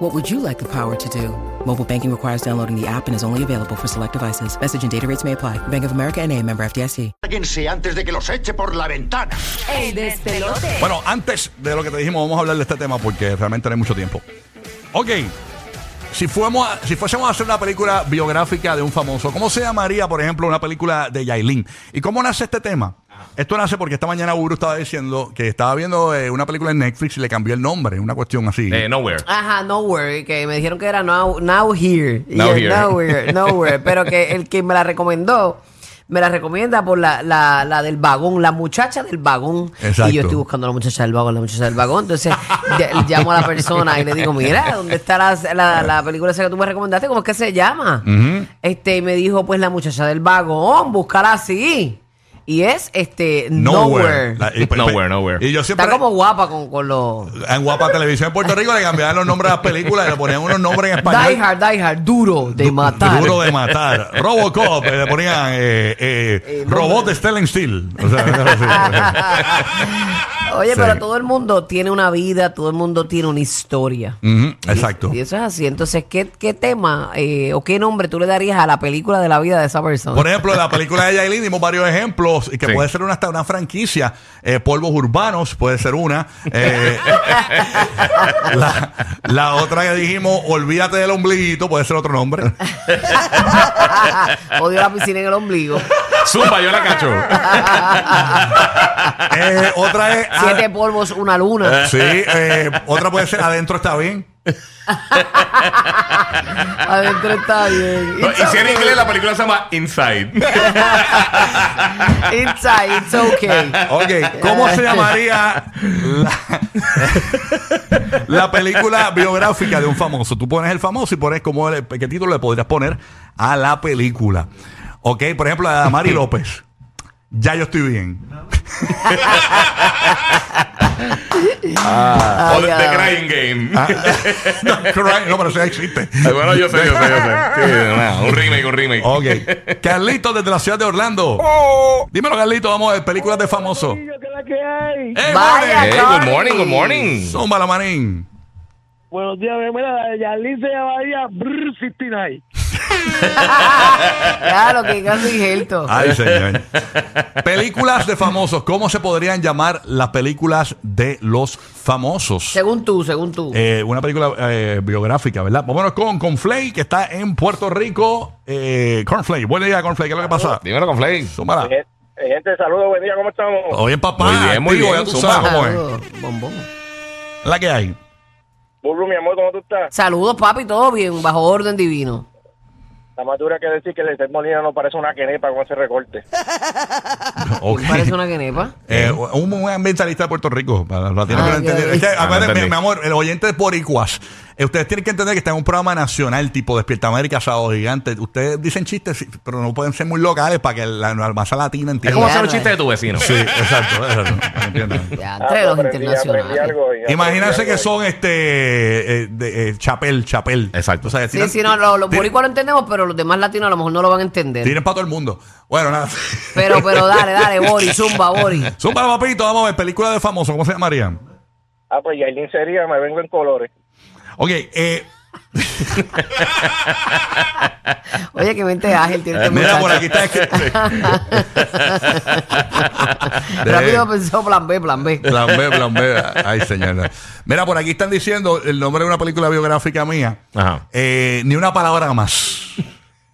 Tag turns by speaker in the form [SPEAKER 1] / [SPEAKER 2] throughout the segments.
[SPEAKER 1] What would you like the power to do? Mobile banking requires downloading the app and is only available for select devices. Message and data rates may apply. Bank of America and a member FDIC.
[SPEAKER 2] Lárguense antes de que los eche por la ventana.
[SPEAKER 3] El despelote.
[SPEAKER 4] Bueno, antes de lo que te dijimos, vamos a hablar de este tema porque realmente no hay mucho tiempo. Ok, si, fuéramos a- si fuésemos a hacer una película biográfica de un famoso, ¿cómo se llamaría, por ejemplo, una película de Yailin? ¿Y cómo nace este tema? Esto nace porque esta mañana Uru estaba diciendo que estaba viendo eh, una película en Netflix y le cambió el nombre, una cuestión así.
[SPEAKER 5] Eh, nowhere.
[SPEAKER 3] Ajá, Nowhere, que me dijeron que era Now, now Here.
[SPEAKER 5] Now Here.
[SPEAKER 3] Nowhere, Nowhere. Pero que el que me la recomendó, me la recomienda por la, la, la del vagón, la muchacha del vagón.
[SPEAKER 4] Exacto.
[SPEAKER 3] Y yo estoy buscando a la muchacha del vagón, la muchacha del vagón. Entonces de- le llamo a la persona y le digo, mira, ¿dónde está la, la, la película esa que tú me recomendaste? ¿Cómo es que se llama? este Y me dijo, pues la muchacha del vagón, búscala así. Y es este Nowhere.
[SPEAKER 4] La- y- pues,
[SPEAKER 5] Nowhere, nowhere.
[SPEAKER 4] Y yo siempre.
[SPEAKER 3] Está como guapa con, con los...
[SPEAKER 4] En Guapa Televisión en Puerto Rico le cambiaban los nombres a las películas y le ponían unos nombres en español.
[SPEAKER 3] Die hard, die hard, duro de matar.
[SPEAKER 4] Duro de matar. Robocop, eh, le ponían eh, eh, Robot Stellan Steel. O sea,
[SPEAKER 3] Oye,
[SPEAKER 4] Sí.
[SPEAKER 3] pero todo el mundo tiene una vida, todo el mundo tiene una historia.
[SPEAKER 4] Ujú, exacto.
[SPEAKER 3] Y eso es así. Entonces, ¿qué, qué tema eh, o qué nombre tú le darías a la película de la vida de esa persona?
[SPEAKER 4] Por ejemplo, en la película de Yailin dimos varios ejemplos y que
[SPEAKER 5] Sí.
[SPEAKER 4] puede ser una, hasta una franquicia. Eh, Polvos Urbanos puede ser una. Eh, la, la otra que dijimos, Olvídate del Ombliguito, puede ser otro nombre. e-
[SPEAKER 3] Odio la piscina en el ombligo.
[SPEAKER 5] Zumba, yo la cacho.
[SPEAKER 4] Eh, otra es.
[SPEAKER 3] Siete polvos, una luna.
[SPEAKER 4] Sí, eh, otra puede ser Adentro está bien.
[SPEAKER 3] Adentro está bien.
[SPEAKER 5] No, y si en
[SPEAKER 3] okay.
[SPEAKER 5] inglés la película se llama Inside.
[SPEAKER 3] Inside, it's okay.
[SPEAKER 4] Ok, ¿cómo se llamaría la, la película biográfica de un famoso? Tú pones el famoso y pones cómo le- qué título le podrías poner a la película. Ok, por ejemplo, a Mari López. Ya yo estoy bien. Ah,
[SPEAKER 5] o The,
[SPEAKER 3] Ay,
[SPEAKER 5] The
[SPEAKER 3] ay.
[SPEAKER 5] Crying Game.
[SPEAKER 4] No, correct, no, pero eso ya existe.
[SPEAKER 5] Ay, Bueno, yo sé, yo sé, yo sé. Sí, nada, un remake, un remake.
[SPEAKER 4] Ok. Carlito desde la ciudad de Orlando. Dímelo, Carlito, vamos a ver películas de famoso.
[SPEAKER 6] Corillo, ¿qué es la que hay?
[SPEAKER 4] ¡Eh,
[SPEAKER 3] Vaya,
[SPEAKER 4] morning!
[SPEAKER 5] Hey, good morning, good morning.
[SPEAKER 4] Zumba la manín.
[SPEAKER 6] Buenos días, mi hermana. La de Yarlín se llamaría Brr 69.
[SPEAKER 3] Claro, que casi gelto.
[SPEAKER 4] Ay, señor. películas de famosos. ¿Cómo se podrían llamar las películas de los famosos?
[SPEAKER 3] Según tú, según tú.
[SPEAKER 4] Eh, una película eh, biográfica, ¿verdad? Vámonos con Conflay, que está en Puerto Rico. Eh, Conflay, buen día, Conflay. ¿Qué es lo que pasa?
[SPEAKER 5] Dímelo con Flay.
[SPEAKER 4] Zúmbala.
[SPEAKER 6] eh, Gente, saludos, buen día, ¿cómo estamos?
[SPEAKER 4] Todo bien, papá.
[SPEAKER 5] Muy bien, muy
[SPEAKER 4] Activo,
[SPEAKER 5] bien,
[SPEAKER 4] ya tú
[SPEAKER 5] zumba.
[SPEAKER 4] sabes cómo es.
[SPEAKER 3] Saludos, bombón.
[SPEAKER 4] La que hay.
[SPEAKER 6] Burbu, mi amor, ¿cómo tú estás?
[SPEAKER 3] Saludos, papi, todo bien, bajo orden divino.
[SPEAKER 6] La más dura que decir que el Esther Molina no parece una quenepa con ese recorte.
[SPEAKER 4] Ok.
[SPEAKER 3] Parece una quenepa.
[SPEAKER 4] Eh, un, un ambientalista de Puerto Rico. Para los latinos
[SPEAKER 3] Ah,
[SPEAKER 4] que no entendieron.
[SPEAKER 3] ok.
[SPEAKER 4] Es que,
[SPEAKER 5] Ah, no
[SPEAKER 4] acuérdate, mi,
[SPEAKER 5] entendí.
[SPEAKER 4] mi amor, el oyente de Boricuas. eh, ustedes tienen que entender que está en un programa nacional tipo Despierta América, Sábado Gigante. Ustedes dicen chistes, sí, pero no pueden ser muy locales para que la, la masa latina
[SPEAKER 5] Es
[SPEAKER 4] entienda.
[SPEAKER 5] como
[SPEAKER 3] Claro.
[SPEAKER 5] hacer un chiste de tu vecino.
[SPEAKER 4] Sí, exacto. exacto. Entiendan.
[SPEAKER 3] Ya,
[SPEAKER 6] Ah,
[SPEAKER 3] entre los
[SPEAKER 6] aprendí- aprendí
[SPEAKER 3] internacionales.
[SPEAKER 6] algo hoy, aprendí
[SPEAKER 4] Imagínense
[SPEAKER 6] algo
[SPEAKER 4] que
[SPEAKER 6] hoy.
[SPEAKER 4] son este eh, de, eh, Chapel, Chapel.
[SPEAKER 5] Exacto.
[SPEAKER 4] O sea,
[SPEAKER 3] Sí,
[SPEAKER 4] tiran-
[SPEAKER 3] sí, no, lo- los
[SPEAKER 4] tiran-
[SPEAKER 3] boricuas lo entendemos, pero los demás latinos a lo mejor no lo van a entender.
[SPEAKER 4] Tienen para todo el mundo. Bueno, nada.
[SPEAKER 3] Pero, pero dale, dale, Bori, zumba, Bori.
[SPEAKER 4] Zumba, papito, vamos a ver. Película de famoso, ¿cómo se llamarían?
[SPEAKER 6] Ah, pues Yailin sería, me vengo en colores.
[SPEAKER 4] Ok, eh.
[SPEAKER 3] Oye, que mente ágil tiene este
[SPEAKER 4] Eh, Mira, por
[SPEAKER 3] muchacho.
[SPEAKER 4] aquí está escrito. Eh.
[SPEAKER 3] Rápido pues. pensó plan B, plan B.
[SPEAKER 4] Plan B, plan B. Ay, señora. Mira, por aquí están diciendo el nombre de una película biográfica mía.
[SPEAKER 5] Ajá.
[SPEAKER 4] Eh, ni una palabra más.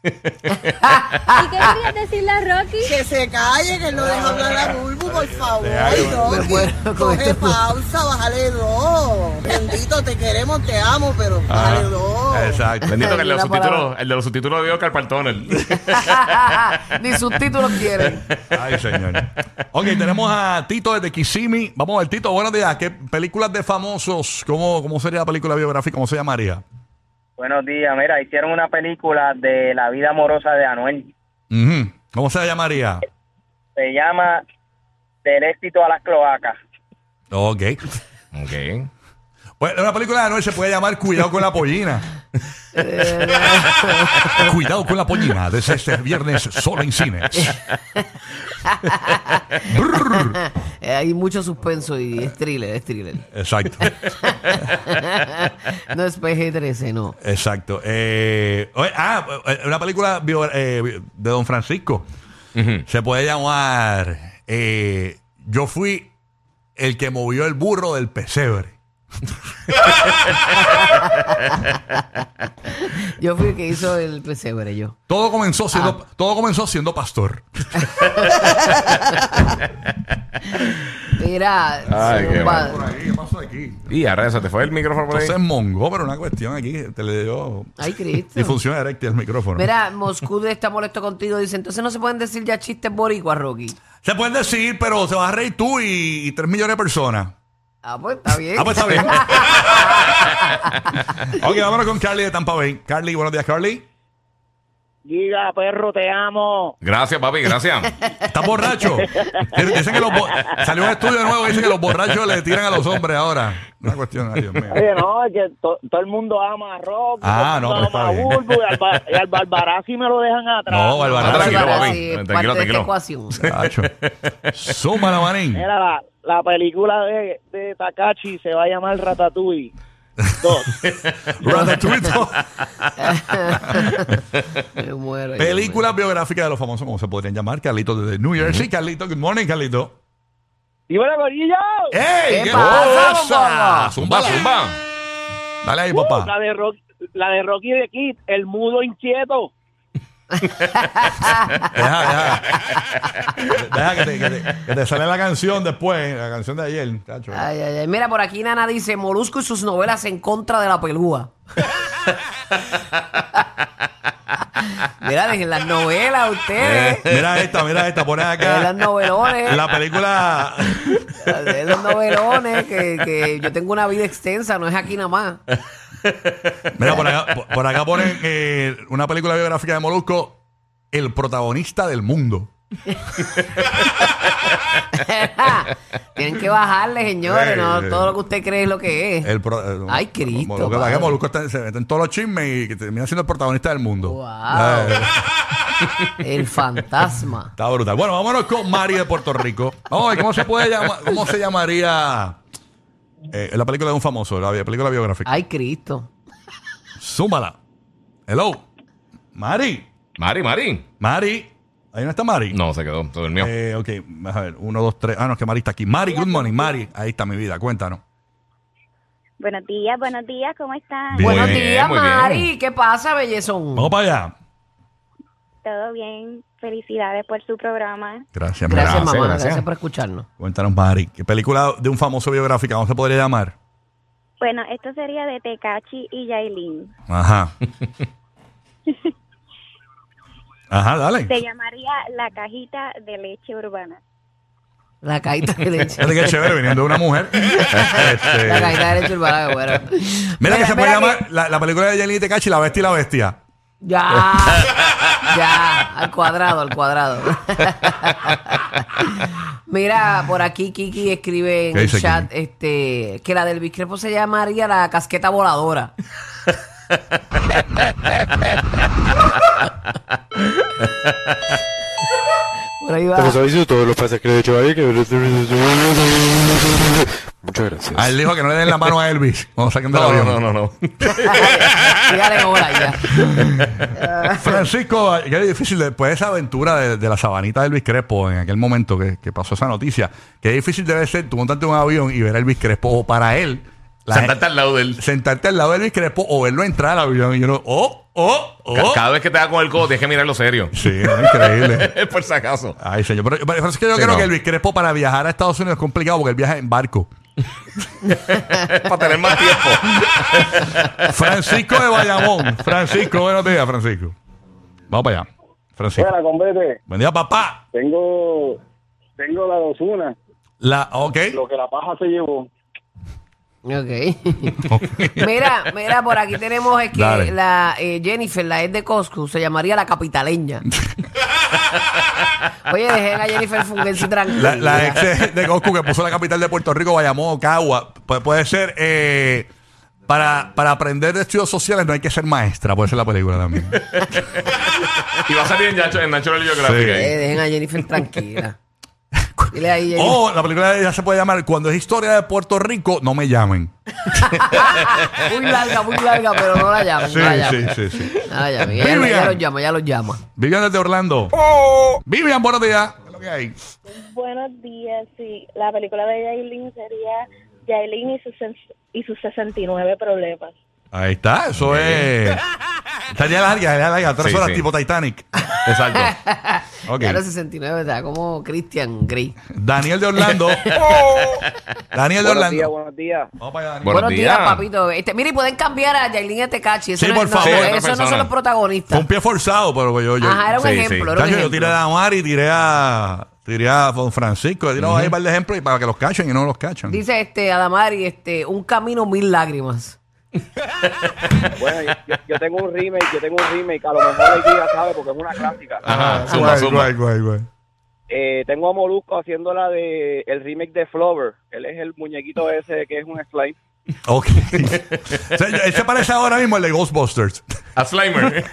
[SPEAKER 7] ¿Y qué querías decirle a Rocky?
[SPEAKER 8] Que se calle, que no deja hablar a Bulbu, por favor. Doggy.
[SPEAKER 3] muero con este
[SPEAKER 8] Coge
[SPEAKER 3] esto.
[SPEAKER 8] pausa, bájale dos. Bendito, te queremos, te amo, pero
[SPEAKER 4] Ah.
[SPEAKER 8] bájale dos.
[SPEAKER 4] Exacto.
[SPEAKER 5] Bendito que el de los
[SPEAKER 3] Una palabra.
[SPEAKER 5] subtítulos, el de los subtítulos de Oscar Partonel.
[SPEAKER 3] Ni sus títulos quieren.
[SPEAKER 4] Ay, señor. Ok, tenemos a Tito desde Kissimmee. Vamos a ver, Tito, buenos días. ¿Qué películas de famosos? ¿Cómo, cómo sería la película biográfica? ¿Cómo se llamaría?
[SPEAKER 6] Buenos días, mira, hicieron una película de la vida amorosa de Anuel.
[SPEAKER 4] Ujú. ¿Cómo se llamaría?
[SPEAKER 9] Se llama Del éxito a las cloacas.
[SPEAKER 4] Ok.
[SPEAKER 5] Ok.
[SPEAKER 4] Bueno, Pues, una película de Noel se puede llamar Cuidado con la pollina. Cuidado con la pollina, desde este viernes solo en cines. Brrr.
[SPEAKER 3] Eh, hay mucho suspenso y es thriller, es thriller.
[SPEAKER 4] Exacto,
[SPEAKER 3] No es PG-13, no.
[SPEAKER 4] exacto. Eh, oye, ah, eh, una película bio- eh, de Don Francisco. Se puede llamar eh, Yo fui el que movió el burro del pesebre.
[SPEAKER 3] Yo fui el que hizo el pesebre, yo.
[SPEAKER 4] Todo comenzó siendo, todo comenzó siendo pastor.
[SPEAKER 3] Mira,
[SPEAKER 5] Ay, qué
[SPEAKER 3] zumba.
[SPEAKER 4] ahí, ¿qué pasó aquí?
[SPEAKER 5] Y ahora se te fue el micrófono por ahí.
[SPEAKER 4] Entonces mongó, pero una cuestión aquí, te le dio
[SPEAKER 3] Ay, Cristo.
[SPEAKER 4] disfunción eréctil al micrófono.
[SPEAKER 3] Ah. Mira, Moscú está molesto contigo. Dice, entonces no se pueden decir ya chistes boricuas, Rocky.
[SPEAKER 4] Se pueden decir, pero se vas a reír tú y, y tres millones de personas.
[SPEAKER 3] Ah, pues está bien.
[SPEAKER 4] Ah, pues está bien. ok, vámonos con Carly de Tampa Bay. Carly, buenos días, Carly.
[SPEAKER 6] Giga, perro, te amo.
[SPEAKER 5] Gracias, papi, gracias.
[SPEAKER 4] ¿Estás borracho? Dicen que los bo- Salió un estudio nuevo que dice que los borrachos le tiran a los hombres ahora. Una cuestión, ay, Dios mío.
[SPEAKER 6] Oye, no, es que to- todo el mundo ama a Rocky,
[SPEAKER 4] Ah,
[SPEAKER 6] todo el
[SPEAKER 4] no, pero
[SPEAKER 6] mundo ama a
[SPEAKER 4] está bien.
[SPEAKER 6] Bulbo y al, ba- y al Barbarazzi me lo dejan atrás.
[SPEAKER 4] No,
[SPEAKER 5] Ah,
[SPEAKER 4] Barbarazzi.
[SPEAKER 5] tranquilo,
[SPEAKER 3] Bárbara,
[SPEAKER 5] papi.
[SPEAKER 3] sí, es
[SPEAKER 5] Tranquilo,
[SPEAKER 3] parte de esta
[SPEAKER 5] tranquilo.
[SPEAKER 3] ecuación.
[SPEAKER 4] Tacho. Súmala, manín.
[SPEAKER 6] Mira, la, la película de, de Takachi se va a llamar Ratatouille. Dos.
[SPEAKER 4] Ratatouille.
[SPEAKER 3] Me muero. yo,
[SPEAKER 4] Películas biográficas de los famosos, como se podrían llamar, Carlitos desde New Jersey. Carlito, good morning, Carlito.
[SPEAKER 6] ¡Y bueno, Corillo!
[SPEAKER 4] ¡Ey!
[SPEAKER 3] ¿Qué pasa,
[SPEAKER 4] cosa!
[SPEAKER 3] bombón?
[SPEAKER 5] Zumba,
[SPEAKER 4] Zumba, zumba.
[SPEAKER 5] zumba.
[SPEAKER 4] Dale ahí,
[SPEAKER 6] Uh, La
[SPEAKER 4] papá.
[SPEAKER 6] de, Rocky, la de Rocky de Kid, el mudo inquieto.
[SPEAKER 4] Deja, deja. Deja que te, que te- que te sale la canción después, la canción de ayer, chacho.
[SPEAKER 3] Ay, ay, ay. Mira, por aquí Nana dice, Molusco y sus novelas en contra de la pelúa. Mira, dejen las novelas ustedes.
[SPEAKER 4] Mira esta, mira esta, pones
[SPEAKER 3] Dejen las
[SPEAKER 4] acá.
[SPEAKER 3] novelones.
[SPEAKER 4] Eh. La película.
[SPEAKER 3] Dejen los novelones, que, que yo tengo una vida extensa, no es aquí nada más.
[SPEAKER 4] Mira, por acá, por- por acá ponen eh, una película biográfica de Molusco, El protagonista del mundo.
[SPEAKER 3] Tienen que bajarle, señores. No,
[SPEAKER 4] Sí, sí.
[SPEAKER 3] todo lo que usted cree es lo que es.
[SPEAKER 4] El pro- eh,
[SPEAKER 3] Ay, Cristo,
[SPEAKER 4] Molusco, para que
[SPEAKER 3] padre.
[SPEAKER 4] Molusco está- se mete en todos los chismes y que termina siendo el protagonista del mundo.
[SPEAKER 3] Wow.
[SPEAKER 4] Eh,
[SPEAKER 3] El fantasma.
[SPEAKER 4] Está brutal. Bueno, vámonos con Mari de Puerto Rico. Vamos a ver cómo se puede llamar, cómo se llamaría eh, la película de un famoso, la bi- película biográfica.
[SPEAKER 3] Ay, Cristo.
[SPEAKER 4] Súmala. Hello. Mari.
[SPEAKER 5] Mari, Mari.
[SPEAKER 4] Mari. Ahí no está Mari.
[SPEAKER 5] No, se quedó, se durmió.
[SPEAKER 4] Eh, ok, a ver, uno, dos, tres. Ah, no, es que Mari está aquí. Mari, good morning, Mari. Ahí está mi vida, cuéntanos.
[SPEAKER 7] Buenos días, buenos días, ¿cómo están?
[SPEAKER 4] Bien.
[SPEAKER 3] Buenos
[SPEAKER 5] bien,
[SPEAKER 3] días,
[SPEAKER 5] muy bien.
[SPEAKER 3] Mari. ¿Qué pasa, bellezón?
[SPEAKER 4] Vamos para allá.
[SPEAKER 7] Todo bien, felicidades por su programa.
[SPEAKER 4] Gracias, Mari.
[SPEAKER 3] Gracias,
[SPEAKER 5] Gracias,
[SPEAKER 3] mamá.
[SPEAKER 5] gracias.
[SPEAKER 3] Gracias por escucharnos.
[SPEAKER 4] Cuéntanos, Mari. ¿Qué película de un famoso biográfica cómo se podría llamar?
[SPEAKER 7] Bueno, esto sería de Tecachi y Yailin.
[SPEAKER 4] Ajá. Ajá, dale.
[SPEAKER 7] Se llamaría La Cajita de Leche Urbana.
[SPEAKER 3] La caída de leche.
[SPEAKER 4] Fíjate que chévere viniendo de una mujer. Este,
[SPEAKER 3] La caída de leche urbana, bueno.
[SPEAKER 4] Mira, que se puede
[SPEAKER 3] mira
[SPEAKER 4] llamar
[SPEAKER 3] que-
[SPEAKER 4] la, la película de Jenny Tecachi, La Bestia y la Bestia.
[SPEAKER 3] Ya. ya. Al cuadrado, al cuadrado. Mira, por aquí Kiki escribe en
[SPEAKER 4] ¿Qué
[SPEAKER 3] el
[SPEAKER 4] dice
[SPEAKER 3] chat este, que la del Biscrepo se llamaría la casqueta voladora. por ahí va.
[SPEAKER 10] todos los pasajeros de Chevalier Muchas gracias.
[SPEAKER 4] A él dijo que no le den la mano a Elvis. Cuando saquen del
[SPEAKER 5] No, no,
[SPEAKER 4] avión.
[SPEAKER 5] no, no, no.
[SPEAKER 3] Dígale ahora ya.
[SPEAKER 4] Francisco, qué difícil después de pues, esa aventura de, de la sabanita de Elvis Crespo en aquel momento que, que pasó esa noticia. Qué difícil debe ser tú montarte en un avión y ver a Elvis Crespo o para él. la
[SPEAKER 5] Sentarte
[SPEAKER 4] gente-
[SPEAKER 5] al lado del.
[SPEAKER 4] sentarte al lado de Elvis Crespo o verlo entrar al avión y uno, oh, oh, oh.
[SPEAKER 5] Cada vez que te da con el codo, tienes que mirarlo serio.
[SPEAKER 4] Sí, no, increíble.
[SPEAKER 5] Es por si acaso.
[SPEAKER 4] Ay, señor. Pero, pero es que yo
[SPEAKER 5] Sí,
[SPEAKER 4] creo
[SPEAKER 5] no.
[SPEAKER 4] que Elvis Crespo para viajar a Estados Unidos es complicado porque él viaja en barco.
[SPEAKER 5] Es para tener más tiempo.
[SPEAKER 4] Francisco de Bayamón. Francisco, buenos días, Francisco. Vamos para allá. Francisco.
[SPEAKER 6] Mira, convete,
[SPEAKER 4] Buen día, papá.
[SPEAKER 6] tengo, tengo la dosuna,
[SPEAKER 4] La, ok.
[SPEAKER 6] que la paja se llevó.
[SPEAKER 3] Ok. mira, mira, por aquí tenemos es que
[SPEAKER 4] Dale.
[SPEAKER 3] la eh, Jennifer, la es de Costco, se llamaría la capitaleña. Oye, dejen a Jennifer Fungensi tranquila.
[SPEAKER 4] La, la ex de- de Goku que puso la capital de Puerto Rico, Bayamón, Cagua. Pu- puede ser. eh, para, para aprender de estudios sociales no hay que ser maestra. Puede ser la película también.
[SPEAKER 5] Y va a salir en, Nacho, en Natural Geographic.
[SPEAKER 3] Eh,
[SPEAKER 5] ahí.
[SPEAKER 3] dejen a Jennifer tranquila. Dile ahí, Jennifer.
[SPEAKER 4] o la película ya se puede llamar Cuando es historia de Puerto Rico, no me llamen.
[SPEAKER 3] Muy larga, muy larga, pero no la llamen. no la llamen.
[SPEAKER 4] sí, sí.
[SPEAKER 3] No la llamen. Ya,
[SPEAKER 4] Vivian.
[SPEAKER 3] ya los llama, ya los llama.
[SPEAKER 4] Vivian desde Orlando. Vivian, buenos días. ¿Qué es lo que hay?
[SPEAKER 7] Buenos días, sí. La película de Yailin sería Yailin y sus, ses- y sus 69 problemas.
[SPEAKER 4] Ahí está, eso es. Estaría larga, estaría larga. Tres
[SPEAKER 5] Sí,
[SPEAKER 4] horas
[SPEAKER 5] sí.
[SPEAKER 4] tipo Titanic.
[SPEAKER 5] Exacto.
[SPEAKER 4] Ok.
[SPEAKER 3] Ya los 69, está como Christian Grey.
[SPEAKER 4] Daniel de Orlando. Oh. Daniel de
[SPEAKER 6] Buenos días,
[SPEAKER 4] Orlando.
[SPEAKER 6] buenos días.
[SPEAKER 4] Vamos para allá, Daniel.
[SPEAKER 5] Buenos
[SPEAKER 3] Buenos días,
[SPEAKER 5] días.
[SPEAKER 3] papito. Este, mira, y pueden cambiar a Yailin Tecachi. Eso
[SPEAKER 4] Sí,
[SPEAKER 3] no,
[SPEAKER 4] por
[SPEAKER 3] no,
[SPEAKER 4] favor.
[SPEAKER 3] eso
[SPEAKER 4] Otra
[SPEAKER 3] no
[SPEAKER 5] persona.
[SPEAKER 3] son los
[SPEAKER 4] Fue
[SPEAKER 3] protagonistas.
[SPEAKER 4] un pie forzado, pero pues yo. yo
[SPEAKER 3] Ajá, era un
[SPEAKER 5] Sí, sí.
[SPEAKER 3] ejemplo. Era un
[SPEAKER 4] Chacho, yo tiré
[SPEAKER 3] ejemplo.
[SPEAKER 4] a Mari, tiré a. Tiré a Don Francisco. Tiré ahí para el ejemplo y para que los cachen y no los cachan.
[SPEAKER 3] Dice este Adamari, este, un camino mil lágrimas.
[SPEAKER 6] Bueno, yo, yo tengo un remake, yo tengo un remake, a lo mejor el día sabe porque es una clásica.
[SPEAKER 5] Ajá, zumba,
[SPEAKER 4] Guay,
[SPEAKER 5] zumba.
[SPEAKER 4] guay, guay, guay.
[SPEAKER 6] Eh, tengo a Molusco haciendo la de el remake de Flower. Él es el muñequito ese que es un slime.
[SPEAKER 4] Ok. O sea, él se parece ahora mismo al de Ghostbusters.
[SPEAKER 5] A Slimer.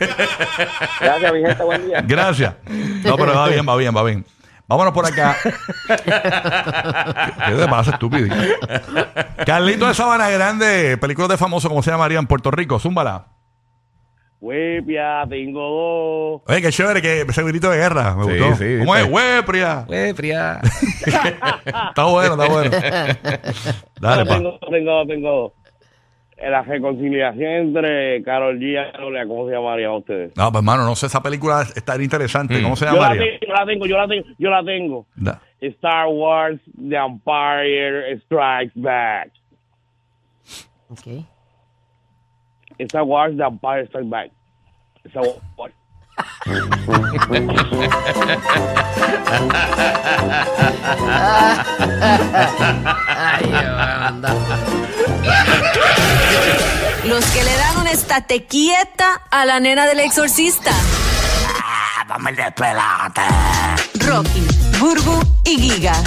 [SPEAKER 6] Gracias, mi gente, buen día.
[SPEAKER 4] Gracias. No, pero va bien, va bien, va bien. Vámonos por acá. ¿Qué te pasa, estúpido? Carlito de Sabana Grande, película de famoso, como se llamaría en Puerto Rico, zúmbala.
[SPEAKER 6] Huevia, tengo
[SPEAKER 4] Oye, qué chévere, que ese grito de guerra, me
[SPEAKER 5] Sí,
[SPEAKER 4] gustó.
[SPEAKER 5] sí,
[SPEAKER 4] ¿Cómo es?
[SPEAKER 5] sí.
[SPEAKER 4] ¡Huepria!
[SPEAKER 5] fría.
[SPEAKER 4] Está bueno, está bueno. Dale, pa.
[SPEAKER 6] tengo, tengo, tengo. La reconciliación entre Carol G y Arolia, ¿cómo se llamaría a ustedes?
[SPEAKER 4] No, pues hermano, no sé, esa película está
[SPEAKER 5] Mm.
[SPEAKER 4] interesante. ¿Cómo se
[SPEAKER 6] Yo la,
[SPEAKER 4] llamaría?
[SPEAKER 6] tengo, yo la tengo, yo la tengo, yo la tengo.
[SPEAKER 4] Da-
[SPEAKER 6] Star Wars, The Empire Strikes Back.
[SPEAKER 3] Ok.
[SPEAKER 6] Star Wars, The Empire Strikes Back. Star Wars.
[SPEAKER 3] Ay, anda.
[SPEAKER 11] Los que le dan una estate quieta a la nena del exorcista. Rocky, Burbu y Giga.